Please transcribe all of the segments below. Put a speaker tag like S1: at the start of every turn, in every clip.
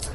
S1: six, five,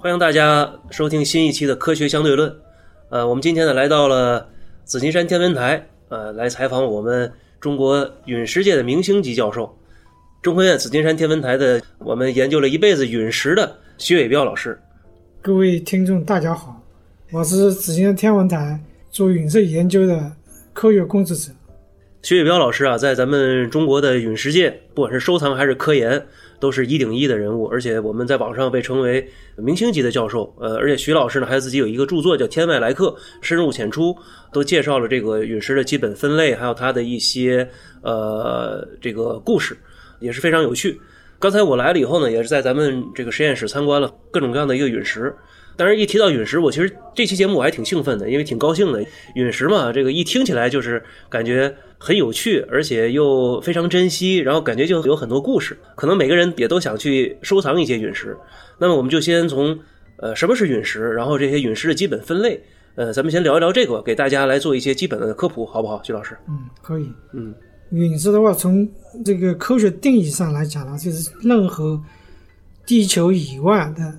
S2: 欢迎大家收听新一期的《科学相对论》。呃，我们今天呢来到了紫金山天文台，呃，来采访我们中国陨石界的明星级教授，中科院紫金山天文台的我们研究了一辈子陨石的徐伟彪老师。
S3: 各位听众，大家好，我是紫金山天文台做陨石研究的科学工作者。
S2: 徐伟彪老师啊，在咱们中国的陨石界，不管是收藏还是科研，都是一顶一的人物。而且我们在网上被称为明星级的教授。呃，而且徐老师呢，还有自己有一个著作叫《天外来客》，深入浅出，都介绍了这个陨石的基本分类，还有它的一些呃这个故事，也是非常有趣。刚才我来了以后呢，也是在咱们这个实验室参观了各种各样的一个陨石。当然，一提到陨石，我其实这期节目我还挺兴奋的，因为挺高兴的。陨石嘛，这个一听起来就是感觉很有趣，而且又非常珍惜，然后感觉就有很多故事。可能每个人也都想去收藏一些陨石。那么，我们就先从呃什么是陨石，然后这些陨石的基本分类，呃，咱们先聊一聊这个吧，给大家来做一些基本的科普，好不好，徐老师？
S3: 嗯，可以。
S2: 嗯，
S3: 陨石的话，从这个科学定义上来讲呢，就是任何地球以外的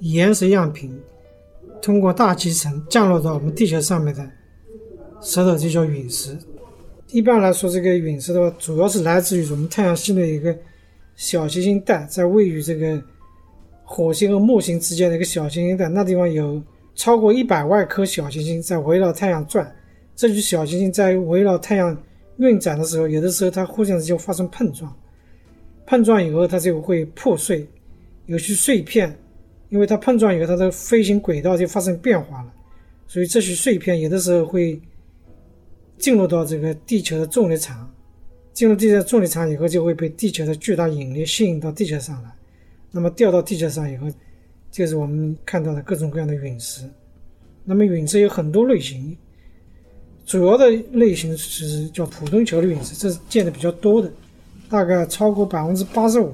S3: 岩石样品通过大气层降落到我们地球上面的石头就叫陨石。一般来说，这个陨石的话，主要是来自于我们太阳系的一个小行星带，在位于这个火星和木星之间的一个小行星带，那地方有超过一百万颗小行星在围绕太阳转。这群小行星在围绕太阳运转的时候，有的时候它互相之间发生碰撞，碰撞以后它就会破碎，有些碎片，因为它碰撞以后它的飞行轨道就发生变化了，所以这些碎片有的时候会进入到这个地球的重力场，进入地球的重力场以后就会被地球的巨大引力吸引到地球上来，那么掉到地球上以后，就是我们看到的各种各样的陨石。那么陨石有很多类型，主要的类型是叫普通球的陨石，这是见的比较多的，大概超过百分之八十五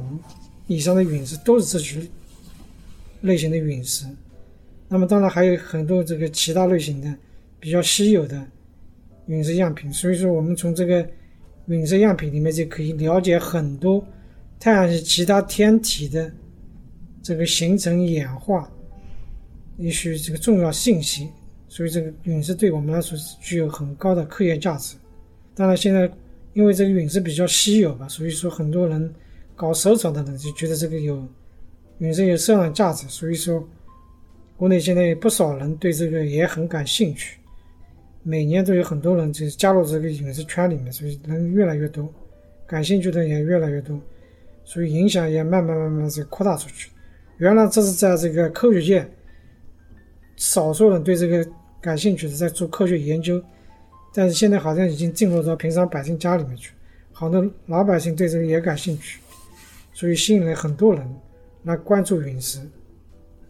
S3: 以上的陨石都是这种类型的陨石。那么当然还有很多这个其他类型的比较稀有的陨石样品，所以说我们从这个陨石样品里面就可以了解很多太阳系其他天体的这个形成演化，也许这个重要信息，所以这个陨石对我们来说是具有很高的科学价值。当然，现在因为这个陨石比较稀有吧，所以说很多人搞收藏的人就觉得这个有陨石有收藏价值，所以说国内现在有不少人对这个也很感兴趣，每年都有很多人就是加入这个陨石圈里面，所以人越来越多，感兴趣的人也越来越多，所以影响也慢慢慢慢这个扩大出去。原来这是在这个科学界少数人对这个感兴趣的在做科学研究，但是现在好像已经进入到平常百姓家里面去，好多老百姓对这个也感兴趣，所以吸引了很多人来关注陨石。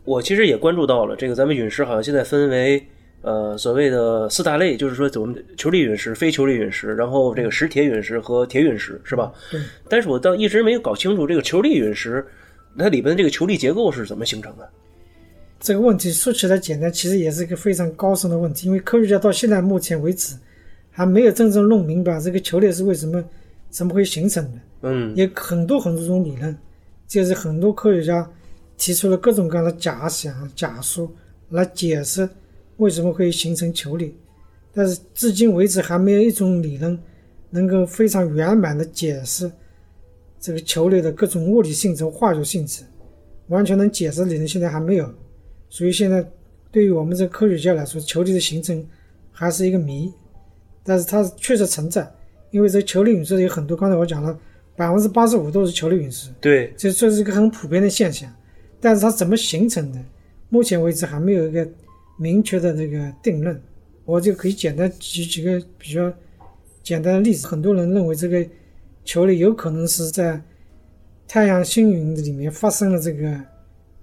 S2: 我其实也关注到了这个，咱们陨石好像现在分为呃所谓的四大类，就是说我们球粒陨石、非球粒陨石，然后这个石铁陨石和铁陨石，是吧？
S3: 对，
S2: 但是我倒一直没有搞清楚这个球粒陨石它里边这个球粒结构是怎么形成的。
S3: 这个问题说起来简单，其实也是一个非常高深的问题，因为科学家到现在目前为止还没有真正弄明白这个球类是为什么怎么会形成的。
S2: 嗯
S3: 也很多很多种理论，就是很多科学家提出了各种各样的假想、假说来解释为什么会形成球粒，但是至今为止还没有一种理论能够非常圆满的解释这个球类的各种物理性质、化学性质，完全能解释的理论现在还没有，所以现在对于我们这科学家来说，球粒的形成还是一个谜。但是它确实存在，因为这球类陨石有很多，刚才我讲了，百分之八十五都是球类陨石，
S2: 对，
S3: 这这是一个很普遍的现象。但是它怎么形成的，目前为止还没有一个明确的这个定论。我就可以简单举几个比较简单的例子。很多人认为这个球类有可能是在太阳星云里面发生了这个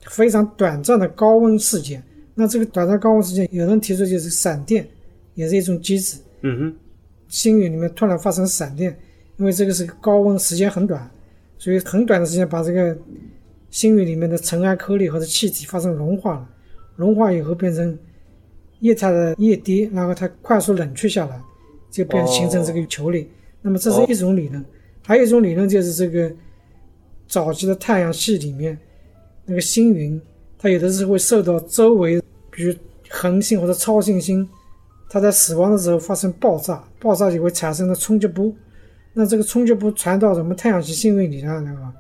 S3: 非常短暂的高温事件，那这个短暂高温事件，有人提出就是闪电，也是一种机制。
S2: 嗯哼，
S3: 星云里面突然发生闪电，因为这个是高温，时间很短，所以很短的时间把这个星云里面的尘埃颗粒或者气体发生融化了，融化以后变成液态的液滴，然后它快速冷却下来，就变
S2: 哦
S3: 形成这个球粒。那么这是一种理论，还有一种理论就是这个早期的太阳系里面那个星云，它有的是会受到周围，比如恒星或者超新星。它在死亡的时候发生爆炸，爆炸就会产生的冲击波。那这个冲击波传到我们太阳系星云里来的话，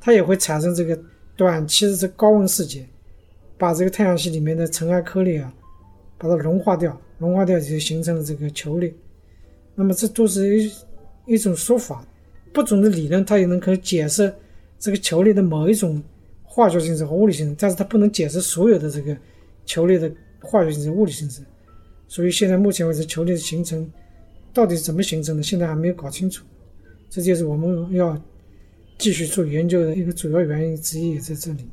S3: 它也会产生这个短期的这高温事件，把这个太阳系里面的尘埃颗粒啊，把它融化掉，融化掉就形成了这个球粒。那么这都是一一种说法，不同的理论它也能可以解释这个球粒的某一种化学性质和物理性质，但是它不能解释所有的这个球粒的化学性质、物理性质。所以现在目前为止，球队的形成到底是怎么形成的，现在还没有搞清楚。这就是我们要继续做研究的一个主要原因之一，也在这里。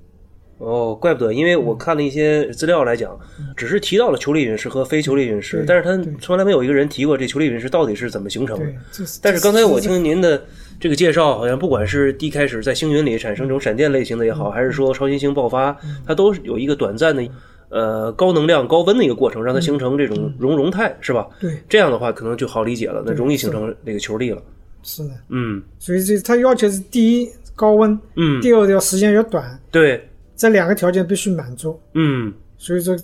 S2: 哦，怪不得，因为
S3: 嗯
S2: 我看了一些资料来讲，只是提到了球粒陨石和非球粒陨石，
S3: 对
S2: 但是他
S3: 对
S2: 从来没有一个人提过这球粒陨石到底是怎么形成的
S3: 对。，这是。
S2: 但是刚才我
S3: 这是
S2: 听您的这个介绍，好像不管是一开始在星云里产生这种闪电类型的也好，还是说超新星爆发，它都是有一个短暂的呃高能量、高温的一个过程，让它形成这种熔融态，是吧？
S3: 对，
S2: 这样的话可能就好理解了，那容易形成这个球粒了。
S3: 是的，
S2: 嗯
S3: 所以这它要求是第一高温，
S2: 嗯，
S3: 第二要时间要短，
S2: 对，
S3: 这两个条件必须满足。
S2: 嗯
S3: 所以说，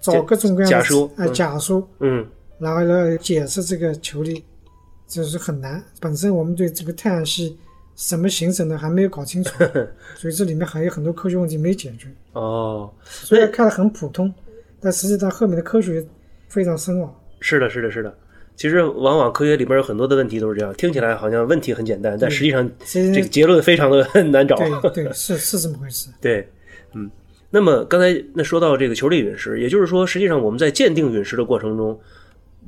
S3: 找各种各样的
S2: 假说
S3: 哎
S2: 嗯
S3: 假说，
S2: 嗯
S3: 然后呢解释这个球粒，就是很难。本身我们对这个太阳系什么形成的还没有 搞清楚，所以这里面还有很多科学问题没解决。
S2: 哦，
S3: 虽然看得很普通，但实际上后面的科学非常深奥。
S2: 是的，是的，是的。其实往往科学里边有很多的问题都是这样，听起来好像问题很简单，但实际上
S3: 其实
S2: 这个结论非常的难找。
S3: 对对是是这么回事。
S2: 对，嗯。那么刚才那说到这个球粒陨石，也就是说，实际上我们在鉴定陨石的过程中，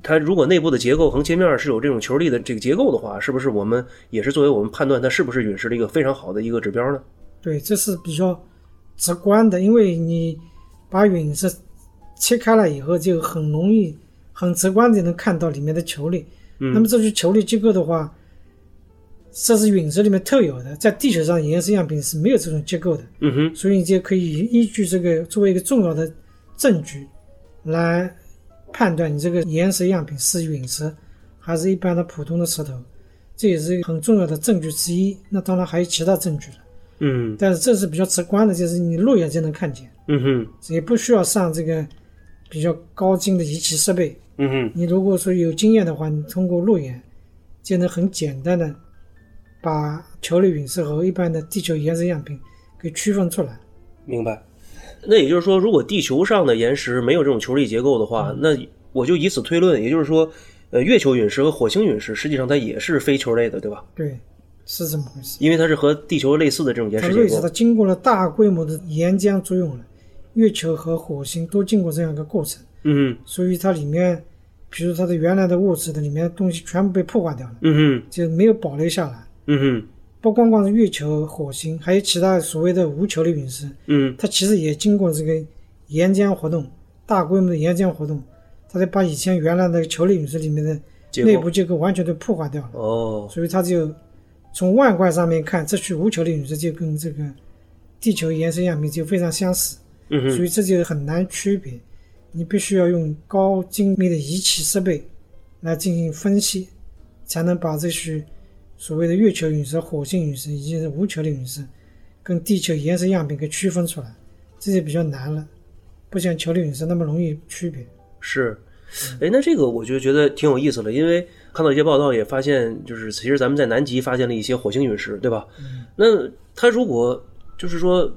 S2: 它如果内部的结构横切面是有这种球粒的这个结构的话，是不是我们也是作为我们判断它是不是陨石的一个非常好的一个指标呢？
S3: 对，这是比较直观的，因为你把陨石切开了以后，就很容易、很直观的能看到里面的球粒。
S2: 嗯
S3: 那么这些球粒结构的话，这是陨石里面特有的，在地球上岩石样品是没有这种结构的，
S2: 嗯哼，
S3: 所以你就可以依据这个作为一个重要的证据来判断你这个岩石样品是陨石还是一般的普通的石头，这也是很重要的证据之一。那当然还有其他证据了。
S2: 嗯
S3: 但是这是比较直观的，就是你肉眼就能看见，
S2: 嗯哼
S3: 也不需要上这个比较高精的仪器设备。
S2: 嗯哼
S3: 你如果说有经验的话，你通过肉眼就能很简单的把球类陨石和一般的地球岩石样品给区分出来。
S2: 明白。那也就是说，如果地球上的岩石没有这种球粒结构的话，那我就以此推论，也就是说，呃，月球陨石和火星陨石实际上它也是非球类的，对吧？
S3: 对，是这么回事。
S2: 因为它是和地球类似的这种岩
S3: 它
S2: 石
S3: 瑞
S2: 结
S3: 士它
S2: 构。
S3: 经过了大规模的岩浆作用了，月球和火星都经过这样一个过程，
S2: 嗯哼
S3: 所以它里面，比如它的原来的物质的里面的东西全部被破坏掉了，
S2: 嗯哼
S3: 就没有保留下来。
S2: 嗯哼
S3: 不光光是月球、火星，还有其他所谓的无球类陨石，
S2: 嗯
S3: 它其实也经过这个岩浆活动，大规模的岩浆活动，它就把以前原来的球类陨石里面的
S2: 结构
S3: 内部结构完全都破坏掉了，
S2: 哦，
S3: 所以它就从外观上面看，这具无球类陨石就跟这个地球岩石样品就非常相似，
S2: 嗯
S3: 所
S2: 哼
S3: 以这就很难区别，你必须要用高精密的仪器设备来进行分析，才能把这些所谓的月球陨石、火星陨石以及是无球类陨石跟地球岩石样品给区分出来，这就比较难了，不像球类陨石那么容易区别。
S2: 是。哎，那这个我就觉得挺有意思了，因为看到一些报道也发现，就是其实咱们在南极发现了一些火星陨石，对吧？那它如果就是说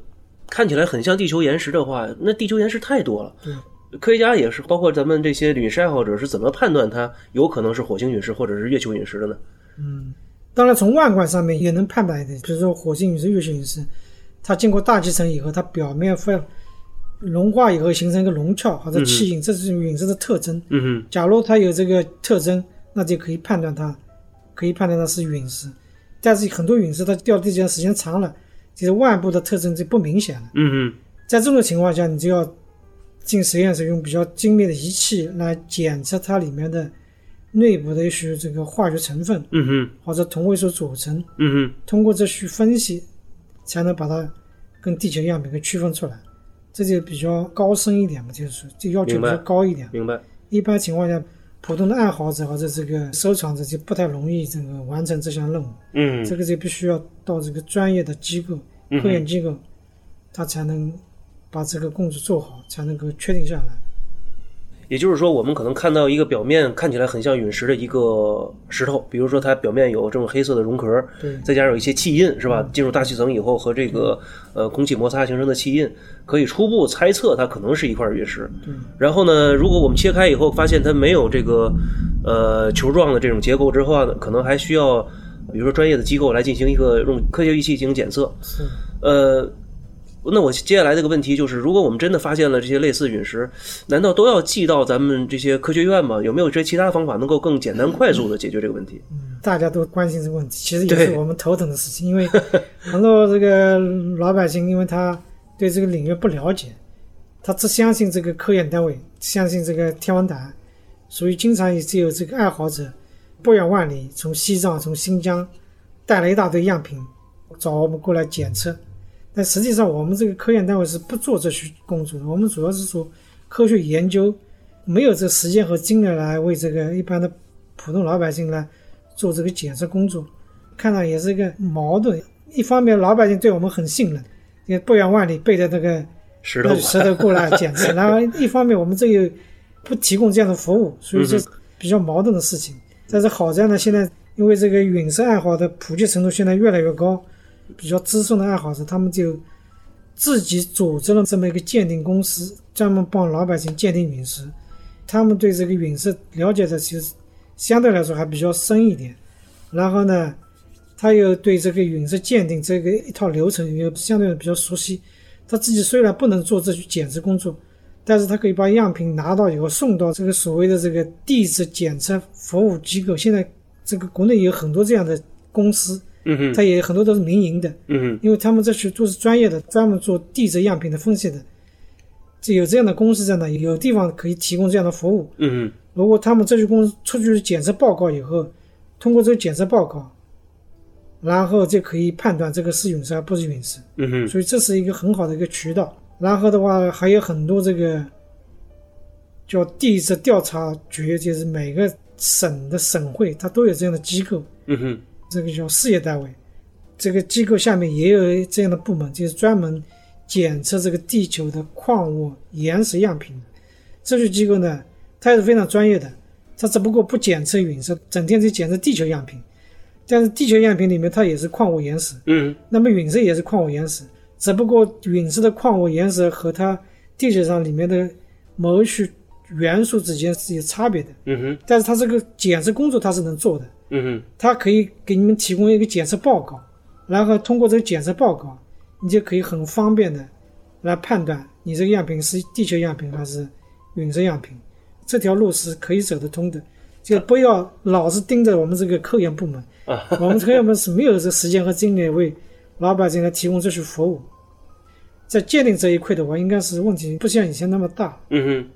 S2: 看起来很像地球岩石的话，那地球岩石太多了。
S3: 对
S2: 科学家也是，包括咱们这些陨石爱好者是怎么判断它有可能是火星陨石或者是月球陨石的呢？
S3: 当然，从外观上面也能判断一点，比如说火星陨石、月球陨石，它经过大气层以后，它表面会融化以后形成一个融壳或者气影，这是陨石的特征。
S2: 嗯哼，
S3: 假如它有这个特征，那就可以判断它，可以判断它是陨石。但是很多陨石它掉地下时间长了，其实外部的特征就不明显了。
S2: 嗯哼，
S3: 在这种情况下，你就要进实验室用比较精密的仪器来检测它里面的内部的一些这个化学成分
S2: 嗯哼，
S3: 或者同位素组成，
S2: 嗯哼，
S3: 通过这去分析，才能把它跟地球样品给区分出来。这就比较高深一点嘛，就是这要求
S2: 明
S3: 比
S2: 白
S3: 较高一点。
S2: 明白。
S3: 一般情况下，普通的爱好者或者这个收藏者就不太容易这个完成这项任务。
S2: 嗯
S3: 这个就必须要到这个专业的机构、
S2: 嗯
S3: 科研机构，他才能把这个工作做好，才能够确定下来。
S2: 也就是说，我们可能看到一个表面看起来很像陨石的一个石头，比如说它表面有这种黑色的溶壳，
S3: 对
S2: 再加上有一些气印，是吧？进入大气层以后和这个呃空气摩擦形成的气印，可以初步猜测它可能是一块陨石。
S3: 对，
S2: 然后呢，如果我们切开以后发现它没有这个呃球状的这种结构之后呢，啊可能还需要比如说专业的机构来进行一个用科学仪器进行检测。
S3: 是
S2: 呃，那我接下来这个问题就是，如果我们真的发现了这些类似陨石，难道都要寄到咱们这些科学院吗？有没有这其他方法能够更简单快速的解决这个问题？
S3: 大家都关心这个问题，其实也是
S2: 对
S3: 我们头疼的事情，因为很多这个老百姓，因为他对这个领域不了解，他只相信这个科研单位，相信这个天文台，所以经常也只有这个爱好者不远万里从西藏、从新疆带了一大堆样品找我们过来检测。但实际上，我们这个科研单位是不做这些工作的，我们主要是做科学研究，没有这时间和精力来为这个一般的普通老百姓来做这个检测工作，看来也是一个矛盾。一方面，老百姓对我们很信任，也不远万里背着那个
S2: 石头，
S3: 石头过来检测，然后一方面我们这又不提供这样的服务，所
S2: 嗯
S3: 以这是比较矛盾的事情。但是好在呢，现在因为这个陨石爱好的普及程度现在越来越高，比较资深的爱好者他们就自己组织了这么一个鉴定公司，专门帮老百姓鉴定陨石。他们对这个陨石了解的其实相对来说还比较深一点。然后呢，他又对这个陨石鉴定这个一套流程又相对比较熟悉。他自己虽然不能做这些检测工作，但是他可以把样品拿到以后送到这个所谓的这个地质检测服务机构。现在这个国内有很多这样的公司，
S2: 嗯哼，
S3: 它也很多都是民营的，
S2: 嗯哼，
S3: 因为他们这去都是专业的，专门做地质样品的分析的。这有这样的公司在那，有地方可以提供这样的服务。
S2: 嗯哼，
S3: 如果他们这些公司出具检测报告以后，通过这个检测报告，然后就可以判断这个是陨石还不是陨石。
S2: 嗯哼，
S3: 所以这是一个很好的一个渠道。然后的话，还有很多这个叫地质调查局，就是每个省的省会，它都有这样的机构，
S2: 嗯哼，
S3: 这个叫事业单位。这个机构下面也有这样的部门，就是专门检测这个地球的矿物岩石样品的。这些机构呢，它也是非常专业的，它只不过不检测陨石，整天就检测地球样品。但是地球样品里面它也是矿物岩石，
S2: 嗯
S3: 那么陨石也是矿物岩石，只不过陨石的矿物岩石和它地球上里面的某一些元素之间是有差别的。
S2: 嗯哼，
S3: 但是它这个检测工作它是能做的，
S2: 嗯哼，
S3: 它可以给你们提供一个检测报告，然后通过这个检测报告，你就可以很方便的来判断你这个样品是地球样品还是陨石样品。这条路是可以走得通的，就不要老是盯着我们这个科研部门，
S2: 啊，
S3: 我们科研部门是没有这时间和精力为老百姓来提供这些服务。在鉴定这一块的话，应该是问题不像以前那么大。
S2: 嗯哼。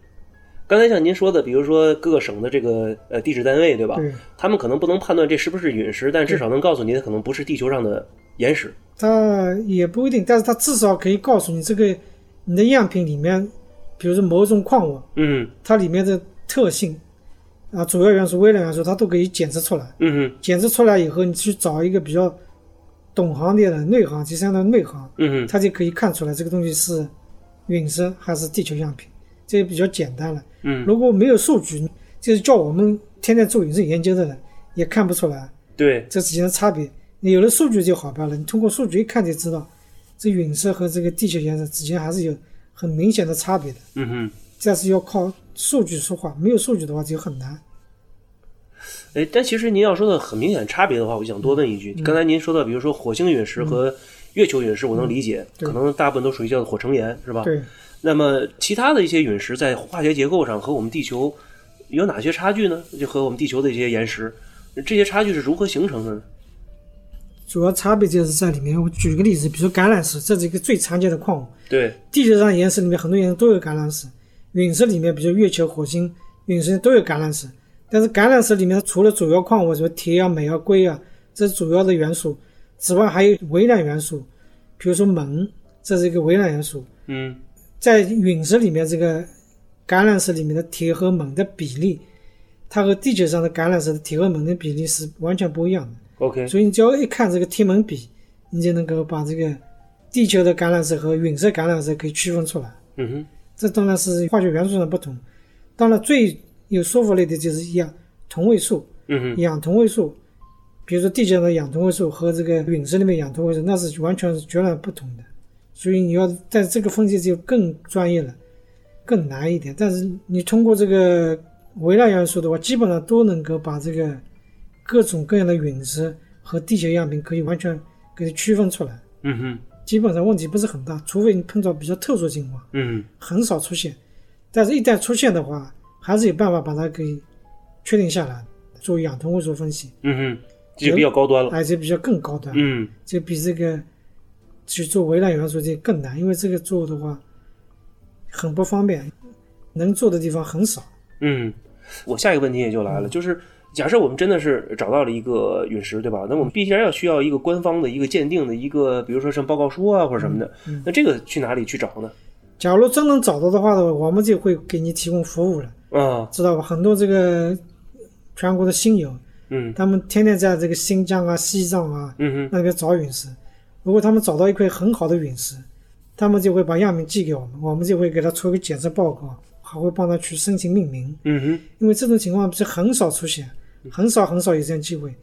S2: 刚才像您说的，比如说各个省的这个呃地质单位，对吧？
S3: 对，
S2: 他们可能不能判断这是不是陨石，但至少能告诉你，它可能不是地球上的岩石。
S3: 它也不一定，但是它至少可以告诉你这个你的样品里面，比如说某种矿物，
S2: 嗯
S3: 它里面的特性啊，主要元素、微量元素，它都可以检测出来。
S2: 嗯哼，
S3: 检测出来以后，你去找一个比较懂行的人，内行，其实相当于内行，
S2: 嗯哼，
S3: 它就可以看出来这个东西是陨石还是地球样品，这也比较简单了。
S2: 嗯，
S3: 如果没有数据，就是叫我们天天做陨石研究的人也看不出来
S2: 对，
S3: 这之间的差别。你有了数据就好办了，你通过数据一看就知道，这陨石和这个地球岩石之间还是有很明显的差别的。
S2: 嗯哼。
S3: 这是要靠数据说话，没有数据的话就很难。
S2: 哎，但其实您要说的很明显差别的话，我就想多问一
S3: 嗯
S2: 句。刚才您说到，比如说火星陨石和月球陨石，我能理解，
S3: 嗯对
S2: 可能大部分都属于叫做火成岩，是吧？。
S3: 对，
S2: 那么其他的一些陨石在化学结构上和我们地球有哪些差距呢？就和我们地球的一些岩石，这些差距是如何形成的呢？
S3: 主要差别就是在里面。我举个例子，比如说橄榄石，这是一个最常见的矿物，
S2: 对，
S3: 地球上岩石里面很多岩石都有橄榄石，陨石里面，比如月球、火星陨石都有橄榄石，但是橄榄石里面除了主要矿物什么铁啊、镁啊、硅啊这是主要的元素此外，还有微量元素，比如说锰，这是一个微量元素。
S2: 嗯
S3: 在陨石里面，这个橄榄石里面的铁和锰的比例，它和地球上的橄榄石的铁和锰的比例是完全不一样的。
S2: ，OK，
S3: 所以你只要一看这个天文比，你就能够把这个地球的橄榄石和陨石橄榄石可以区分出来。
S2: 嗯哼，
S3: 这当然是化学元素上的不同。当然，最有说服力的就是氧同位素，
S2: 嗯哼，
S3: 氧同位素，比如说地球上的氧同位素和这个陨石里面氧同位素，那是完全是截然不同的。所以你要但这个分析就更专业了，更难一点。但是你通过这个微量元素的话，基本上都能够把这个各种各样的陨石和地球样品可以完全给它区分出来，
S2: 嗯哼，
S3: 基本上问题不是很大，除非你碰到比较特殊情况。
S2: 嗯
S3: 很少出现，但是一旦出现的话，还是有办法把它给确定下来，做氧同位素分析，
S2: 嗯哼，这就比较高端了。
S3: 而且比较更高端，
S2: 哦嗯
S3: 就比这个去做微量元素这更难，因为这个做的话很不方便，能做的地方很少。
S2: 嗯，我下一个问题也就来了，就是假设我们真的是找到了一个陨石，对吧？那我们必然要需要一个官方的一个鉴定的一个，比如说像报告书啊或者什么的。
S3: 嗯
S2: 那这个去哪里去找呢？
S3: 假如真能找到的话呢，我们就会给你提供服务了，
S2: 啊，
S3: 知道吧？很多这个全国的新友，
S2: 嗯
S3: 他们天天在这个新疆啊、西藏啊，
S2: 嗯哼，
S3: 那边找陨石。如果他们找到一块很好的陨石，他们就会把样品寄给我们，我们就会给他出个检测报告，还会帮他去申请命名。
S2: 嗯哼，
S3: 因为这种情况是很少出现，很少很少有这样机会。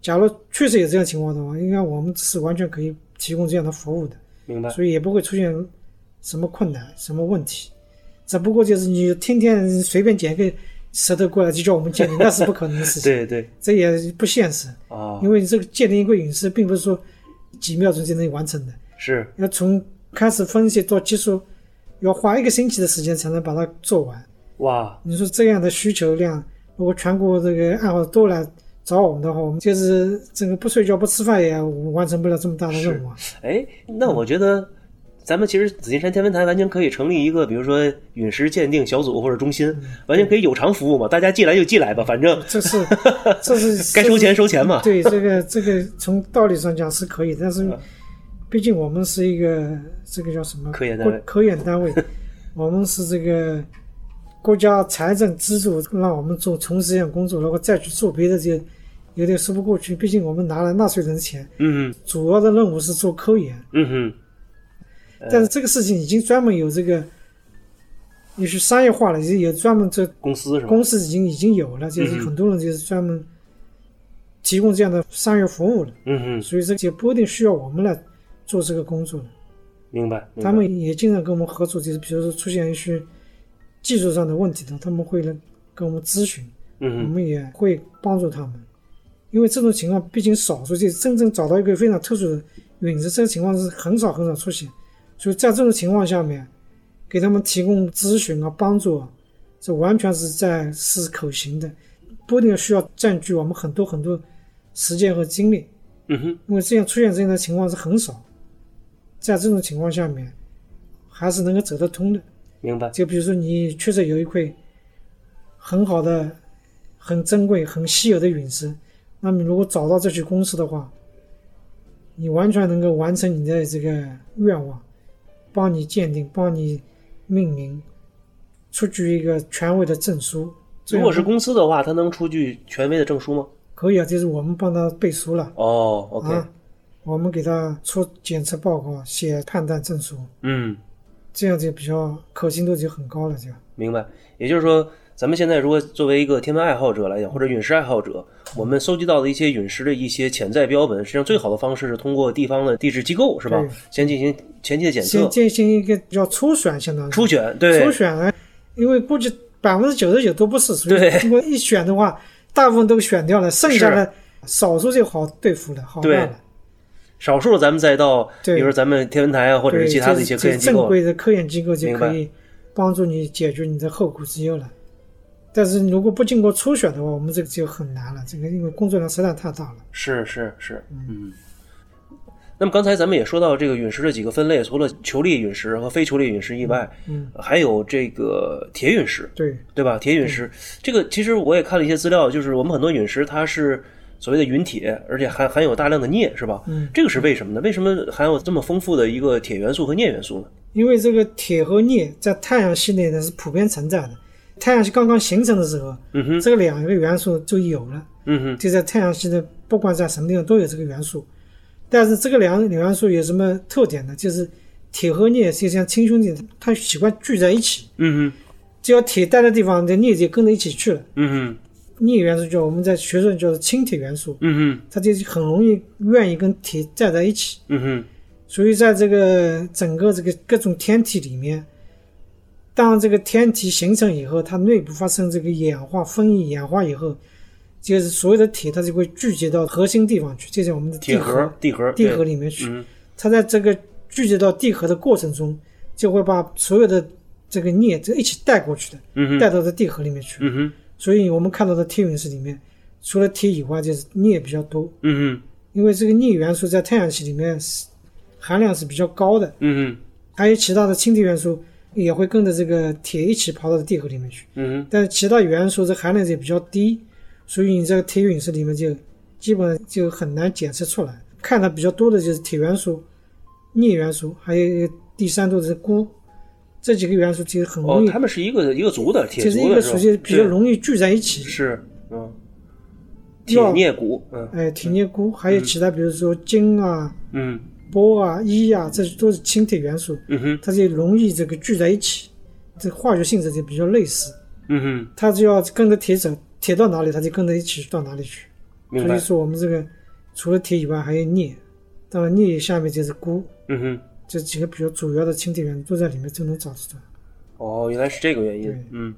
S3: 假如确实有这样情况的话，应该我们是完全可以提供这样的服务的，
S2: 明白。
S3: 所以也不会出现什么困难、什么问题。只不过就是你天天随便捡一个石头过来就叫我们鉴定，那是不可能的事情，
S2: 对对
S3: 这也不现实。
S2: 啊，
S3: 因为这个鉴定一个陨石，并不是说几秒钟就能完成的，
S2: 是
S3: 要从开始分析到结束，要花一个星期的时间才能把它做完。
S2: 哇，
S3: 你说这样的需求量，如果全国这个爱好者都来找我们的话，我们就是这个不睡觉不吃饭也完成不了这么大的任务啊。
S2: 哎，那我觉得咱们其实紫金山天文台完全可以成立一个，比如说陨石鉴定小组或者中心，
S3: 嗯
S2: 完全可以有偿服务嘛，大家寄来就寄来吧，反正
S3: 这是这是
S2: 该收钱收钱 嘛。
S3: 对，这个这个从道理上讲是可以，但是
S2: 嗯
S3: 毕竟我们是一个这个叫什么
S2: 科研单位
S3: 国科研 单位，我们是这个国家财政资助让我们做从事这项工作，然后再去做别的，就有点说不过去。毕竟我们拿了纳税人的钱，
S2: 嗯
S3: 主要的任务是做科研，
S2: 嗯呃哼，嗯
S3: 但是这个事情已经专门有这个。也是商业化了，也有专门这
S2: 公司是吧？
S3: 公司已经已经有了，就是
S2: 嗯
S3: 很多人就是专门提供这样的商业服务了。
S2: 嗯哼，
S3: 所以这也不一定需要我们来做这个工作了。
S2: 明白。明白
S3: 他们也经常跟我们合作，就是比如说出现一些技术上的问题的，他们会来跟我们咨询，我
S2: 嗯哼
S3: 们也会帮助他们。因为这种情况毕竟少数，就是真正找到一个非常特殊的陨石，这个情况是很少很少出现。所以在这种情况下面，给他们提供咨询啊、帮助啊，这完全是在是可行的，不一定需要占据我们很多很多时间和精力。
S2: 嗯哼，
S3: 因为这样出现这样的情况是很少，在这种情况下面，还是能够走得通的。
S2: 明白。
S3: 就比如说，你确实有一块很好的、很珍贵、很稀有的陨石，那么如果找到这具公司的话，你完全能够完成你的这个愿望，帮你鉴定，帮你命名，出具一个权威的证书。这
S2: 如
S3: 样
S2: 果是公司的话，他能出具权威的证书吗？
S3: 可以啊，就是我们帮他背书了。
S2: 哦，OK，
S3: 啊，我们给他出检测报告、写判断证书，
S2: 嗯，
S3: 这样就比较可信度就很高了，就
S2: 明白。也就是说，咱们现在如果作为一个天文爱好者来讲，或者陨石爱好者，我们搜集到的一些陨石的一些潜在标本，实际上最好的方式是通过地方的地质机构，是吧
S3: 对？
S2: 先进行前期的检测
S3: 先、进行一个叫初选，相当于
S2: 初选，对
S3: 初，选呢，因为估计百分之九十九都不是，所以
S2: 对
S3: 如果一选的话，大部分都选掉了，剩下的少数就好对付了，好
S2: 对
S3: 办了。
S2: 少数咱们再到，比
S3: 对
S2: 如说咱们天文台啊，或者
S3: 对，
S2: 是其他的一些
S3: 这
S2: 科
S3: 是
S2: 研机
S3: 正
S2: 构，啊
S3: 规的科研机构就
S2: 明白
S3: 可以帮助你解决你的后顾之忧了。但是如果不经过初选的话，我们这个就很难了，这个因为工作量实在太大了。
S2: 是是是，嗯。嗯那么刚才咱们也说到这个陨石的几个分类，除了球粒陨石和非球粒陨石以外，
S3: 嗯，
S2: 还有这个铁陨石，
S3: 对，
S2: 对吧？铁陨
S3: 嗯
S2: 石这个其实我也看了一些资料，就是我们很多陨石它是所谓的陨铁，而且含含有大量的镍，是吧？
S3: 嗯
S2: 这个是为什么呢？为什么含有这么丰富的一个铁元素和镍元素呢？
S3: 因为这个铁和镍在太阳系内呢是普遍存在的。太阳系刚刚形成的时候，
S2: 嗯哼，
S3: 这两个元素就有了，
S2: 嗯哼，
S3: 就在太阳系的不管在什么地方都有这个元素。但是这个两两元素有什么特点呢？就是铁和镍就像亲兄弟，它喜欢聚在一起。
S2: 嗯哼，
S3: 只要铁待的地方，那镍就跟着一起去了。
S2: 嗯哼，
S3: 镍元素就我们在学术上叫做氢铁元素，
S2: 嗯哼，
S3: 它就很容易愿意跟铁站在一起。
S2: 嗯哼，
S3: 所以在这个整个这个各种天体里面，当这个天体形成以后，它内部发生这个氧化、分异、氧化以后，就是所有的铁它就会聚集到核心地方去，这叫我们的地
S2: 铁
S3: 核
S2: 盒，，地核，
S3: 地
S2: 对
S3: 核里面去。
S2: 嗯
S3: 它在这个聚集到地核的过程中，就会把所有的这个镍就一起带过去的，
S2: 嗯哼，
S3: 带到这地核里面去。
S2: 嗯哼，
S3: 所以我们看到的铁陨石里面，除了铁以外，就是镍比较多，
S2: 嗯哼，
S3: 因为这个镍元素在太阳系里面是含量是比较高的。
S2: 嗯哼，
S3: 还有其他的氢铁元素也会跟着这个铁一起跑到地核里面去，
S2: 嗯
S3: 但其他元素这含量也比较低，所以你这个铁陨石里面就基本上就很难检测出来。看的比较多的就是铁元素、镍元素，还有第三度是钴，这几个元素其实很
S2: 哼，
S3: 容
S2: 哦
S3: 易，，
S2: 他们是一个一个族的，铁
S3: 嗯其
S2: 族
S3: 实
S2: 的
S3: 一个
S2: 是
S3: 属
S2: 吧
S3: 性比较
S2: 对
S3: 容易聚在一起。
S2: 是，嗯，铁
S3: 要
S2: 镍钴，嗯
S3: 哎，铁镍钴，还有其他，比如说金啊、
S2: 嗯
S3: 铂啊、铱啊，这都是氢铁元素，
S2: 嗯哼，
S3: 它就容易这个聚在一起，这个化学性质就比较类似。
S2: 嗯哼，
S3: 它只要跟着铁走，铁到哪里，它就跟着一起到哪里去。
S2: 明
S3: 所
S2: 白
S3: 以，说，我们这个除了铁以外，还有镍，当然镍下面就是钴，
S2: 嗯哼。
S3: 这几个比较主要的氢铁元素都在里面就能找得出来。
S2: 哦，原来是这个原因
S3: 对。
S2: 嗯，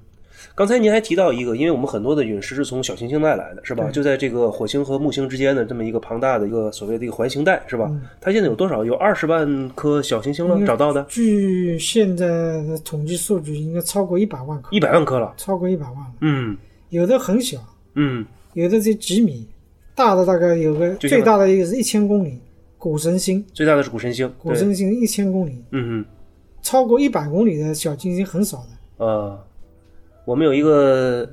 S2: 刚才您还提到一个，因为我们很多的陨石是从小行星带来的，是吧？
S3: 对
S2: 就在这个火星和木星之间的这么一个庞大的一个所谓的一个环形带，是吧？
S3: 嗯
S2: 它现在有多少？有二十万颗小行星了，
S3: 应该
S2: 找到的
S3: 据现在的统计数据，应该超过一百万颗，
S2: 一百万颗了。
S3: 超过一百万了。
S2: 嗯
S3: 有的很小，
S2: 嗯，
S3: 有的就几米，大的大概有个
S2: 就像
S3: 最大的一个是一千公里，古神星，
S2: 最大的是古神星，
S3: 古
S2: 对
S3: 神星一千公里，
S2: 嗯
S3: 超过一百公里的小行星很少的。
S2: 嗯呃，我们有一个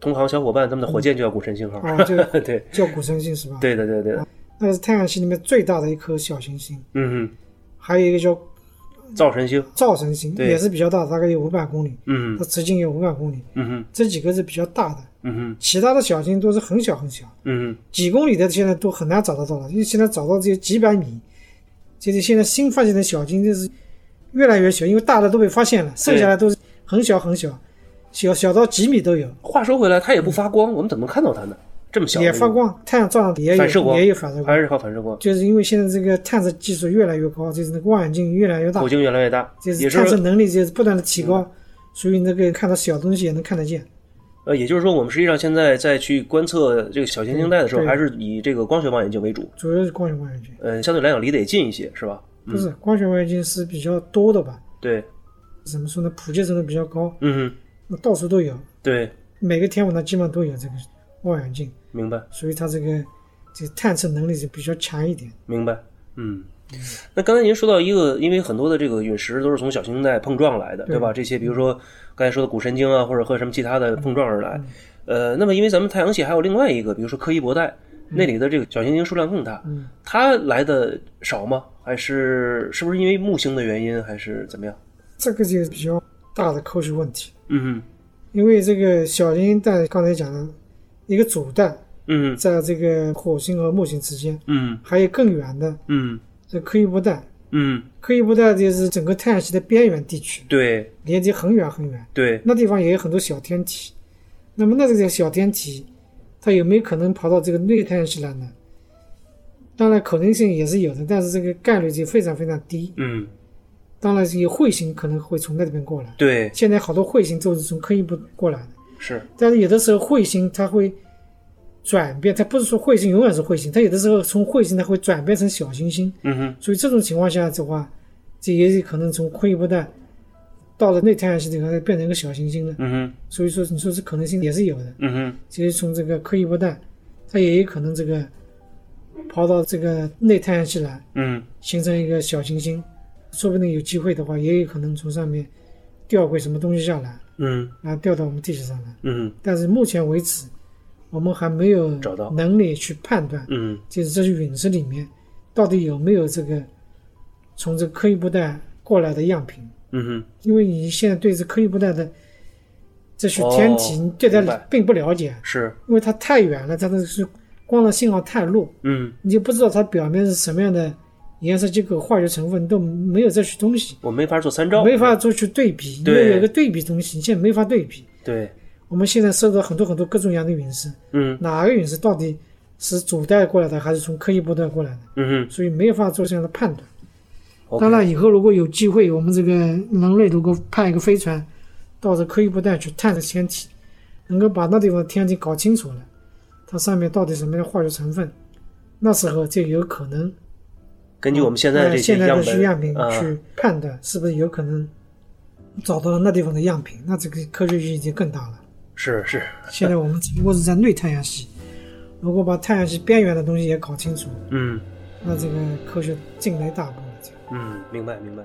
S2: 同行小伙伴，他们的火箭就叫古神星号。
S3: 哦就
S2: 对
S3: 叫古神星是吧？，
S2: 对的对的，
S3: 那是太阳系里面最大的一颗小行星，
S2: 嗯
S3: 还有一个叫
S2: 哼，造神星，
S3: 灶神星，
S2: 对
S3: 也是比较大，大概有五百公里，
S2: 嗯
S3: 它
S2: 哼
S3: 直径有五百公里。
S2: 嗯哼
S3: 这几个是比较大的，
S2: 嗯哼
S3: 其他的小行星都是很小很小，
S2: 嗯哼
S3: 几公里的现在都很难找得到了，因为现在找到只有几百米。就是现在新发现的小行星就是越来越小，因为大的都被发现了，剩下的都是很小很小，小小到几米都有，
S2: 话说回来，它也不发光，我们怎么看到它呢？这么小的
S3: 也
S2: 一个
S3: 发光，太阳照上也
S2: 反射
S3: 有
S2: 光
S3: 也有反射光
S2: 还。是靠反射光，
S3: 就是因为现在这个探测技术越来越高，就是那个望远镜越来越大
S2: 口，径越来越大，
S3: 就
S2: 也
S3: 是
S2: 是
S3: 探测能力就是不断的提高，所以那个看到小东西也能看得见。
S2: 呃，也就是说，我们实际上现在在去观测这个小行星带的时候，
S3: 对
S2: 还是以这个光学望远镜为主，
S3: 主要是光学望远镜，
S2: 嗯，相对来讲离得也近一些，是吧？
S3: 不是光学望远镜是比较多的吧？
S2: 对，
S3: 怎么说呢？普及程度比较高，
S2: 嗯哼，
S3: 那到处都有，
S2: 对，
S3: 每个天文台基本上都有这个望远镜，
S2: 明白，
S3: 所以它这个这个探测能力就比较强一点。
S2: 明白，嗯。那刚才您说到一个，因为很多的这个陨石都是从小行星带碰撞来的，对吧？这些比如说刚才说的古神经啊，或者和什么其他的碰撞而来。呃，那么因为咱们太阳系还有另外一个，比如说柯伊伯带，那里的这个小行星数量更大，
S3: 嗯，
S2: 它来的少吗？还是是不是因为木星的原因，还是怎么样？
S3: 这个就是比较大的科学问题，
S2: 嗯
S3: 因为这个小行星带刚才讲的一个主带
S2: 嗯
S3: 在这个火星和木星之间，
S2: 嗯
S3: 还有更远的
S2: 嗯
S3: 这柯伊伯带。
S2: 嗯，
S3: 柯伊伯带就是整个太阳系的边缘地区，
S2: 对
S3: 连接很远很远，
S2: 对，
S3: 那地方也有很多小天体。那么那这个小天体，它有没有可能跑到这个内太阳系来呢？当然可能性也是有的，但是这个概率就非常非常低。
S2: 嗯
S3: 当然是有彗星可能会从那边过来，
S2: 对
S3: 现在好多彗星都是从柯伊伯过来的。
S2: 是，
S3: 但是有的时候彗星它会转变，它不是说彗星永远是彗星，它有的时候从彗星它会转变成小行星。
S2: 嗯哼
S3: 所以这种情况下的话，这也有可能从柯伊伯带到了内太阳系里面变成一个小行星了。
S2: 嗯哼
S3: 所以说，你说这可能性也是有的。
S2: 嗯哼
S3: 其实从这个柯伊伯带，它也有可能这个跑到这个内太阳系来，
S2: 嗯
S3: 形成一个小行星，说不定有机会的话，也有可能从上面掉回什么东西下来，
S2: 嗯
S3: 然后掉到我们地球上来。
S2: 嗯
S3: 但是目前为止，我们还没有
S2: 找到
S3: 能力去判断，
S2: 嗯
S3: 就是这些陨石里面到底有没有这个从这个柯伊布带过来的样品。
S2: 嗯
S3: 因为你现在对这柯伊布带的这些天体，
S2: 哦
S3: 你对它
S2: 明白
S3: 并不了解，
S2: 是
S3: 因为它太远了，它的是光的信号太弱，
S2: 嗯，
S3: 你就不知道它表面是什么样的颜色结构、化学成分都没有这些东西，
S2: 我没法做参照，
S3: 没法做去对比，因
S2: 对
S3: 为有个对比东西，你现在没法对比。
S2: 对，
S3: 我们现在收到很多很多各种各样的陨石，
S2: 嗯
S3: 哪个陨石到底是主带过来的，还是从柯伊伯带过来的？
S2: 嗯
S3: 所以没有办法做这样的判断。
S2: 哼，
S3: 当然，以后如果有机会，我们这个人类如果派一个飞船到这柯伊伯带去探测天体，能够把那地方的天体搞清楚了，它上面到底什么样的化学成分，那时候就有可能
S2: 根据我们现在
S3: 呃
S2: 这些
S3: 现在
S2: 样
S3: 的去样
S2: 本
S3: 品
S2: 啊，
S3: 去判断是不是有可能找到那地方的样品，那这个科学意义就更大了。
S2: 是是，
S3: 现在我们只不过是在内太阳系，如果把太阳系边缘的东西也搞清楚，
S2: 嗯
S3: 那这个科学进来一大步了。就
S2: 嗯，明白明白。